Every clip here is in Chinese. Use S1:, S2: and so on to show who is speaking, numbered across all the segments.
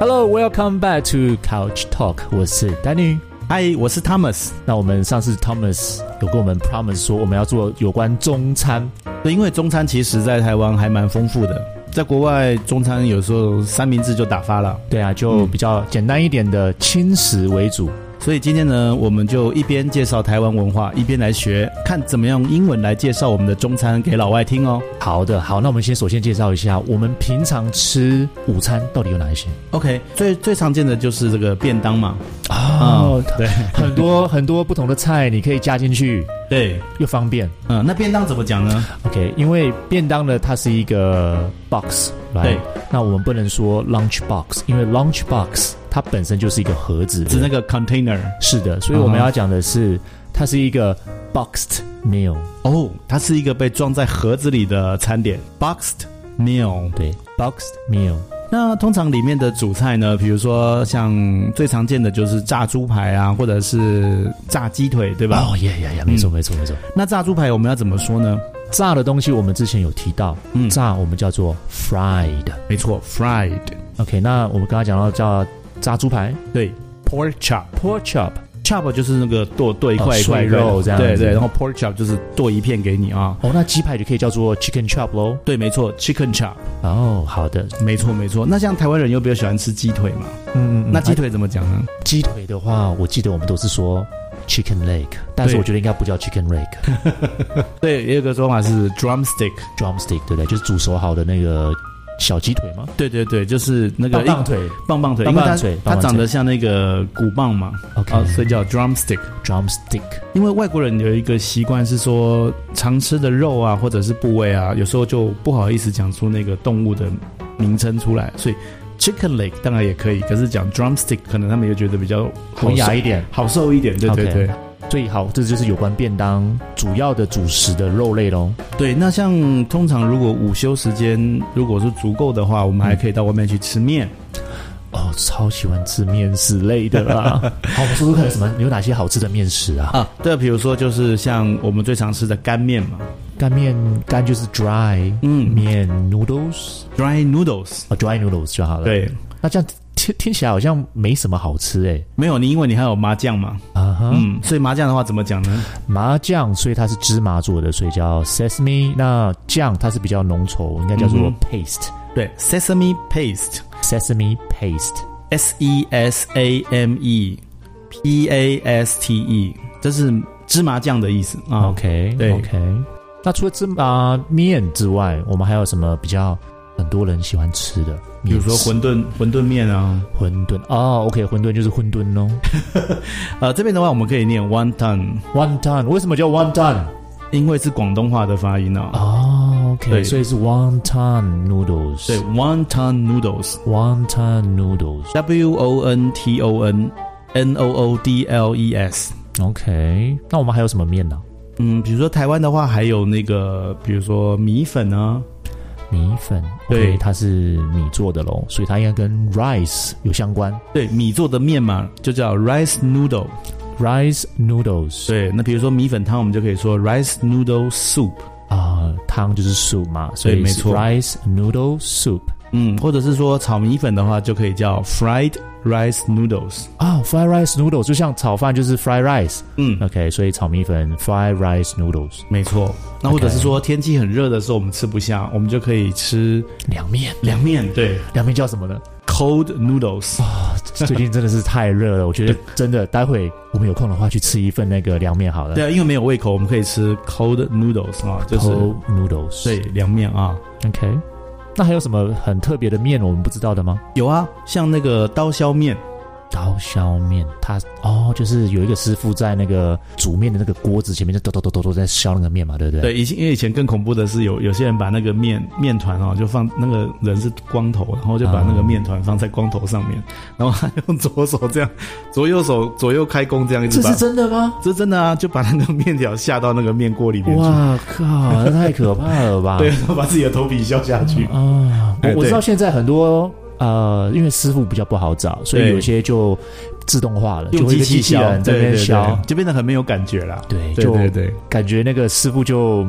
S1: Hello, welcome back to Couch Talk，我是丹尼。
S2: 嗨，我是 Thomas。
S1: 那我们上次 Thomas 有跟我们 promise 说我们要做有关中餐，
S2: 对因为中餐其实在台湾还蛮丰富的，在国外中餐有时候三明治就打发了。
S1: 对啊，
S2: 嗯
S1: 就比较简单一点的轻食为主。
S2: 所以今天呢，我们就一边介绍台湾文化，一边来学看怎么样用英文来介绍我们的中餐给老外听哦。
S1: 好的，好，那我们先首先介绍一下我们平常吃午餐到底有哪一些
S2: OK，最最常见的就是这个便当嘛。
S1: 哦，
S2: 啊对
S1: 很多很多不同的菜你可以加进去，
S2: 对，
S1: 又方便。
S2: 嗯、那便当怎么讲呢？
S1: OK，因为便当呢，它是一个 box，
S2: 对，
S1: 那我们不能说 lunch box，因为 lunch box 它本身就是一个盒子，
S2: 指那个 container。
S1: 是的，所以我们要讲的是，它是一个 boxed meal，
S2: 哦，它是一个被装在盒子里的餐点，boxed meal。
S1: 对，boxed meal，
S2: 那通常里面的主菜呢，比如说像最常见的就是炸猪排啊，或者是炸鸡腿，
S1: 对
S2: 对吧？
S1: 哦，耶耶耶，没错没错没错。
S2: 那炸猪排我们要怎么说呢？
S1: 炸的东西我们之前有提到，
S2: 嗯
S1: 炸我们叫做 fried。
S2: 没错，fried，
S1: OK，那我们刚刚讲到叫炸猪排
S2: 对，pork chop。
S1: pork chop，
S2: chop 就是那个剁剁一
S1: 哦
S2: 块一块
S1: 碎
S2: 一块的
S1: 肉这样子
S2: 对对，然后 pork chop 就是剁一片给你啊，
S1: 哦，那鸡排就可以叫做 chicken chop 喽。
S2: 对，没错，chicken chop，
S1: 哦，好的，
S2: 没错没错。那像台湾人又比较喜欢吃鸡腿嘛，
S1: 嗯，嗯
S2: 那鸡腿怎么讲呢？
S1: 鸡腿的话，我记得我们都是说 chicken leg，但是
S2: 对
S1: 我觉得应该不叫 chicken leg，drumstick
S2: 对，也有个说法是 drumstick，
S1: 对不对？就是煮熟好的那个小鸡腿吗？
S2: 对对对，就是那个
S1: 棒棒腿
S2: 棒棒腿，
S1: 棒
S2: 因为
S1: 棒
S2: 它
S1: 腿棒
S2: 它
S1: 棒
S2: 长
S1: 腿
S2: 得像那个鼓棒嘛，
S1: ，OK，、
S2: 啊，所以叫 drumstick。
S1: drumstick，
S2: 因为外国人有一个习惯是说，常吃的肉啊，或者是部位啊，有时候就不好意思讲出那个动物的名称出来，所以 chicken leg 当然也可以，可是讲 drumstick 可能他们又觉得比较好
S1: 文雅
S2: 受
S1: 一点
S2: 好受一点。对对
S1: OK
S2: 对
S1: 所以好，这就是有关便当主要的主食的肉类喽。
S2: 对。那像通常如果午休时间如果是足够的话，我们还可以到外面去吃面。
S1: 哦，超喜欢吃面食类的啦。 好，我们说说看有什么有哪些好吃的面食啊？
S2: 啊，对，比如说就是像我们最常吃的干面嘛，
S1: 干面干就是 dry
S2: 嗯
S1: 面 noodles，
S2: ，dry noodles。
S1: 哦 dry noodles 就好了。，
S2: 对，
S1: 那这样听听起来好像没什么好吃哎、
S2: 没有你，因为你还有麻酱嘛，
S1: 啊哈。
S2: 嗯，所以麻酱的话怎么讲呢？
S1: 麻酱，所以它是芝麻做的，所以叫 sesame。那酱它是比较浓稠，应该叫做
S2: 嗯
S1: paste、
S2: 对，sesame paste。
S1: sesame paste。
S2: S E S A M E P A S T E，这是芝麻酱的意思啊。
S1: OK，
S2: 对
S1: OK。那除了芝麻呃面之外，我们还有什么比较很多人喜欢吃的
S2: 比
S1: 面食？
S2: 如说馄饨、馄饨面啊，
S1: 馄饨哦，OK，馄饨就是馄饨 哦。
S2: 呃，这边的话我们可以念 one ton，
S1: One ton，为什么叫 one
S2: 啊
S1: ton？
S2: 因为是广东话的发音啊。
S1: 哦，OK，
S2: 对
S1: 所以是 one ton noodles。
S2: 对，one ton noodles。
S1: ，one ton noodles。
S2: W O N T O N N O O D L E S。
S1: OK，那我们还有什么面呢、
S2: 嗯，比如说台湾的话，还有那个，比如说米粉啊，
S1: 米粉，
S2: 对
S1: OK，它是米做的喽，所以它应该跟 rice 有相关
S2: 对，米做的面嘛，就叫 rice noodle。
S1: ，rice noodles。
S2: 对，那比如说米粉汤，我们就可以说 rice noodle soup。
S1: 啊、汤就是 soup 嘛，所以
S2: 对没
S1: 是
S2: 错
S1: rice noodle soup
S2: 嗯，或者是说炒米粉的话，就可以叫 fried rice noodles。
S1: 啊、f r i e d rice noodle 就像炒饭就是 fried rice，OK，、
S2: 嗯，
S1: 所以炒米粉 fried rice noodles
S2: 没错。那或者是说天气很热的时候，我们吃不下，我们就可以吃
S1: 凉面，
S2: 凉面。对
S1: 凉面叫什么 呢？
S2: ，cold noodles。
S1: 最近真的是太热了，我觉得真的，待会我们有空的话去吃一份那个凉面好了，
S2: 对啊，因为没有胃口，我们可以吃 cold noodles 啊，就是
S1: Cold noodles，
S2: 对凉面啊。
S1: ，OK，那还有什么很特别的面我们不知道的吗？
S2: 有啊，像那个刀削面，
S1: 刀削面，它哦，就是有一个师傅在那个煮面的那个锅子前面，就抖抖抖抖抖在削那个面嘛，对不对？
S2: 对，以前因为以前更恐怖的是有有些人把那个面面团啊，就放那个人是光头，然后就把那个面团放在光头上面，然后他用左手这样，左右手左右开弓这样一直
S1: 这
S2: 把
S1: 是真的吗？
S2: 这真的啊，就把那个面条下到那个面锅里面去，
S1: 哇靠，那太可怕了吧！
S2: 对，然后把自己的头皮削下去。
S1: 啊，我
S2: 哎
S1: 我
S2: 对
S1: 知道现在很多呃，因为师傅比较不好找，所以
S2: 对
S1: 有些就自动化了，就
S2: 用
S1: 会一个
S2: 器
S1: 机器人在那
S2: 对
S1: 边
S2: 对
S1: 削
S2: 对，，就变得很没有感觉啦。
S1: 对，
S2: 对
S1: 就
S2: 对对，
S1: 感觉那个师傅就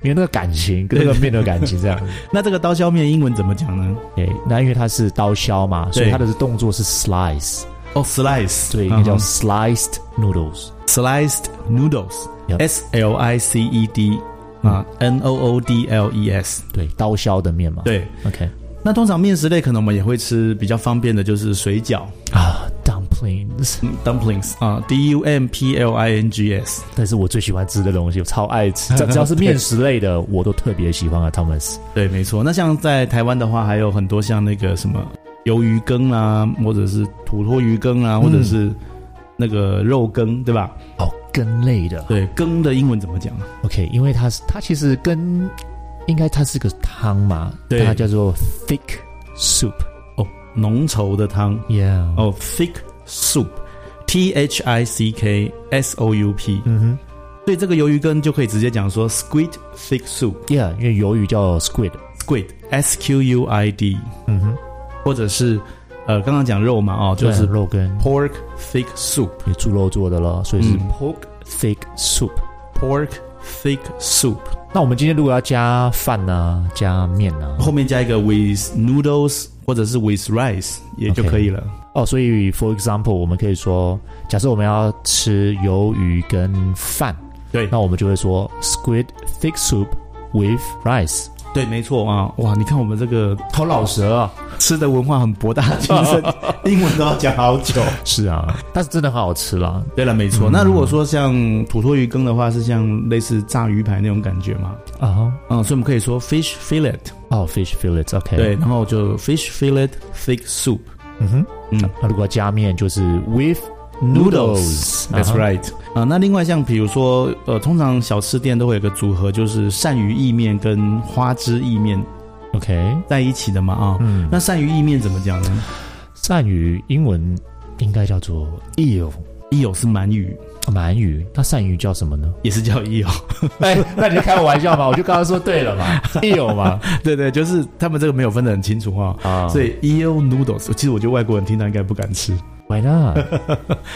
S1: 没有那个感情跟那个面的感情这样。
S2: 那这个刀削面英文怎么讲呢？
S1: 对，那因为它是刀削嘛，所以
S2: 对
S1: 它的动作是 slice，
S2: 哦，slice，
S1: 所以应该叫
S2: 嗯
S1: sliced noodles。
S2: sliced
S1: Yep
S2: noodles，S L I C E D 啊，N O O D L E S。
S1: 对，刀削的面嘛。
S2: 对，
S1: ，OK
S2: 那通常面食类可能我们也会吃，比较方便的就是水饺
S1: 啊，dumplings，
S2: 嗯 （dumplings） 啊，D U M P L I N G S。
S1: 那是我最喜欢吃的东西，我超爱吃， 只只要是面食类的，我都特别喜欢啊，Thomas。
S2: 对，没错。那像在台湾的话，还有很多像那个什么鱿鱼羹啊，或者是土托鱼羹啊，或者是那个肉羹，对吧？
S1: 哦，羹类的
S2: 对，羹的英文怎么讲？啊
S1: ，OK，因为它是它其实跟应该它是个汤嘛，
S2: 对
S1: 它叫做 thick soup，yeah，
S2: 浓稠的汤
S1: 哦，
S2: 哦，thick soup，T H I C K S O U P。
S1: 嗯
S2: 所以这个鱿鱼羹就可以直接讲说 squid thick
S1: 哼，yeah，因为鱿鱼叫 squid，
S2: soup，squid S Q U I D，
S1: 嗯哼，
S2: 或者是呃刚刚讲肉嘛哦，就
S1: 对啊
S2: 是
S1: 肉羹，
S2: pork thick soup。
S1: 有猪肉做的咯，所以是
S2: 嗯
S1: pork thick soup。
S2: pork thick soup，
S1: 那我们今天如果要加饭啊，加面啊，
S2: 后面加一个 with noodles 或者是 with rice 也就
S1: OK
S2: 可以了。
S1: 哦，所以 for example，我们可以说，假设我们要吃鱿鱼跟饭，
S2: 对
S1: 那我们就会说 squid thick soup with rice。
S2: 对，没错啊，哇，你看我们这个
S1: 好老舌啊！
S2: 吃的文化很博大精 深，英文都要讲好久。
S1: 是啊，但是真的很好吃啦。
S2: 对了，没错。
S1: 嗯
S2: 那如果说像土托鱼羹的话，是像类似炸鱼排那种感觉嘛？
S1: 啊、
S2: 嗯，所以我们可以说 fish fillet，
S1: 哦、f i s h fillets，OK、
S2: 对，，然后就 fish fillet thick soup，
S1: 嗯哼，
S2: 嗯
S1: 那如果要加面就是 with noodles。
S2: That's right。啊、那另外像比如说，呃，通常小吃店都会有一个组合，就是鳝鱼意面跟花枝意面
S1: OK，
S2: 在一起的嘛啊、
S1: 嗯，
S2: 那鳝鱼意面怎么讲呢？
S1: 鳝鱼英文应该叫做 eel，
S2: eel 是鳗鱼，
S1: 鳗鱼。那鳝鱼叫什么呢？
S2: 也是叫 eel。
S1: 哎、那你在开我玩笑嘛？我就刚刚说对了 嘛，eel 嘛。
S2: 对对，就是他们这个没有分得很清楚哈、
S1: 啊
S2: 所以 eel noodles，其实我觉得外国人听到应该不敢吃。
S1: Why not？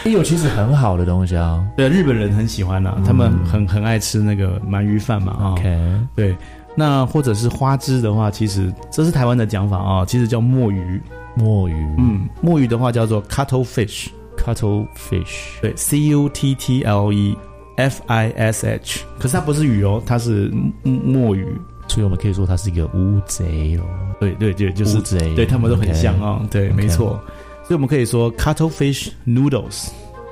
S1: 也有其实很好的东西啊。
S2: 对，日本人很喜欢啦、啊他们很很爱吃那个鳗鱼饭嘛啊、
S1: OK，
S2: 对，那或者是花枝的话，其实这是台湾的讲法啊、其实叫墨鱼。
S1: 墨鱼，
S2: 嗯，墨鱼的话叫做 cuttlefish，
S1: ，cuttlefish，
S2: 对，c u t t l e f i s h，可是它不是鱼哦，它是墨墨鱼。
S1: 所以我们可以说它是一个乌贼哦，
S2: 对对对，就是
S1: 乌贼，
S2: 对他们都很像
S1: OK。
S2: 啊、对，没错。所以我们可以说 cuttlefish noodles，that's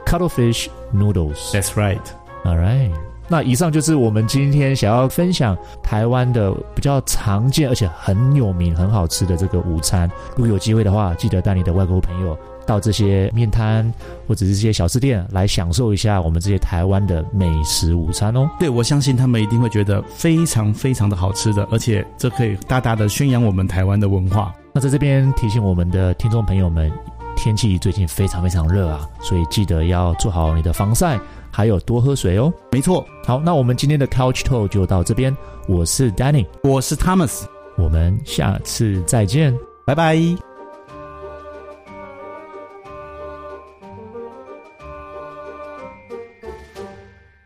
S1: Cuttlefish noodles，all
S2: right。
S1: right。那以上就是我们今天想要分享台湾的比较常见而且很有名、很好吃的这个午餐。如果有机会的话，记得带你的外国朋友到这些面摊或者是这些小吃店来享受一下我们这些台湾的美食午餐哦。
S2: 对，我相信他们一定会觉得非常非常的好吃的，而且这可以大大的宣扬我们台湾的文化。
S1: 那在这边提醒我们的听众朋友们，天气最近非常非常热啊，所以记得要做好你的防晒，还有多喝水哦。
S2: 没错，
S1: 好，那我们今天的 Couch Talk 就到这边，我是 Danny，
S2: 我是 Thomas，
S1: 我们下次再见。
S2: 拜拜。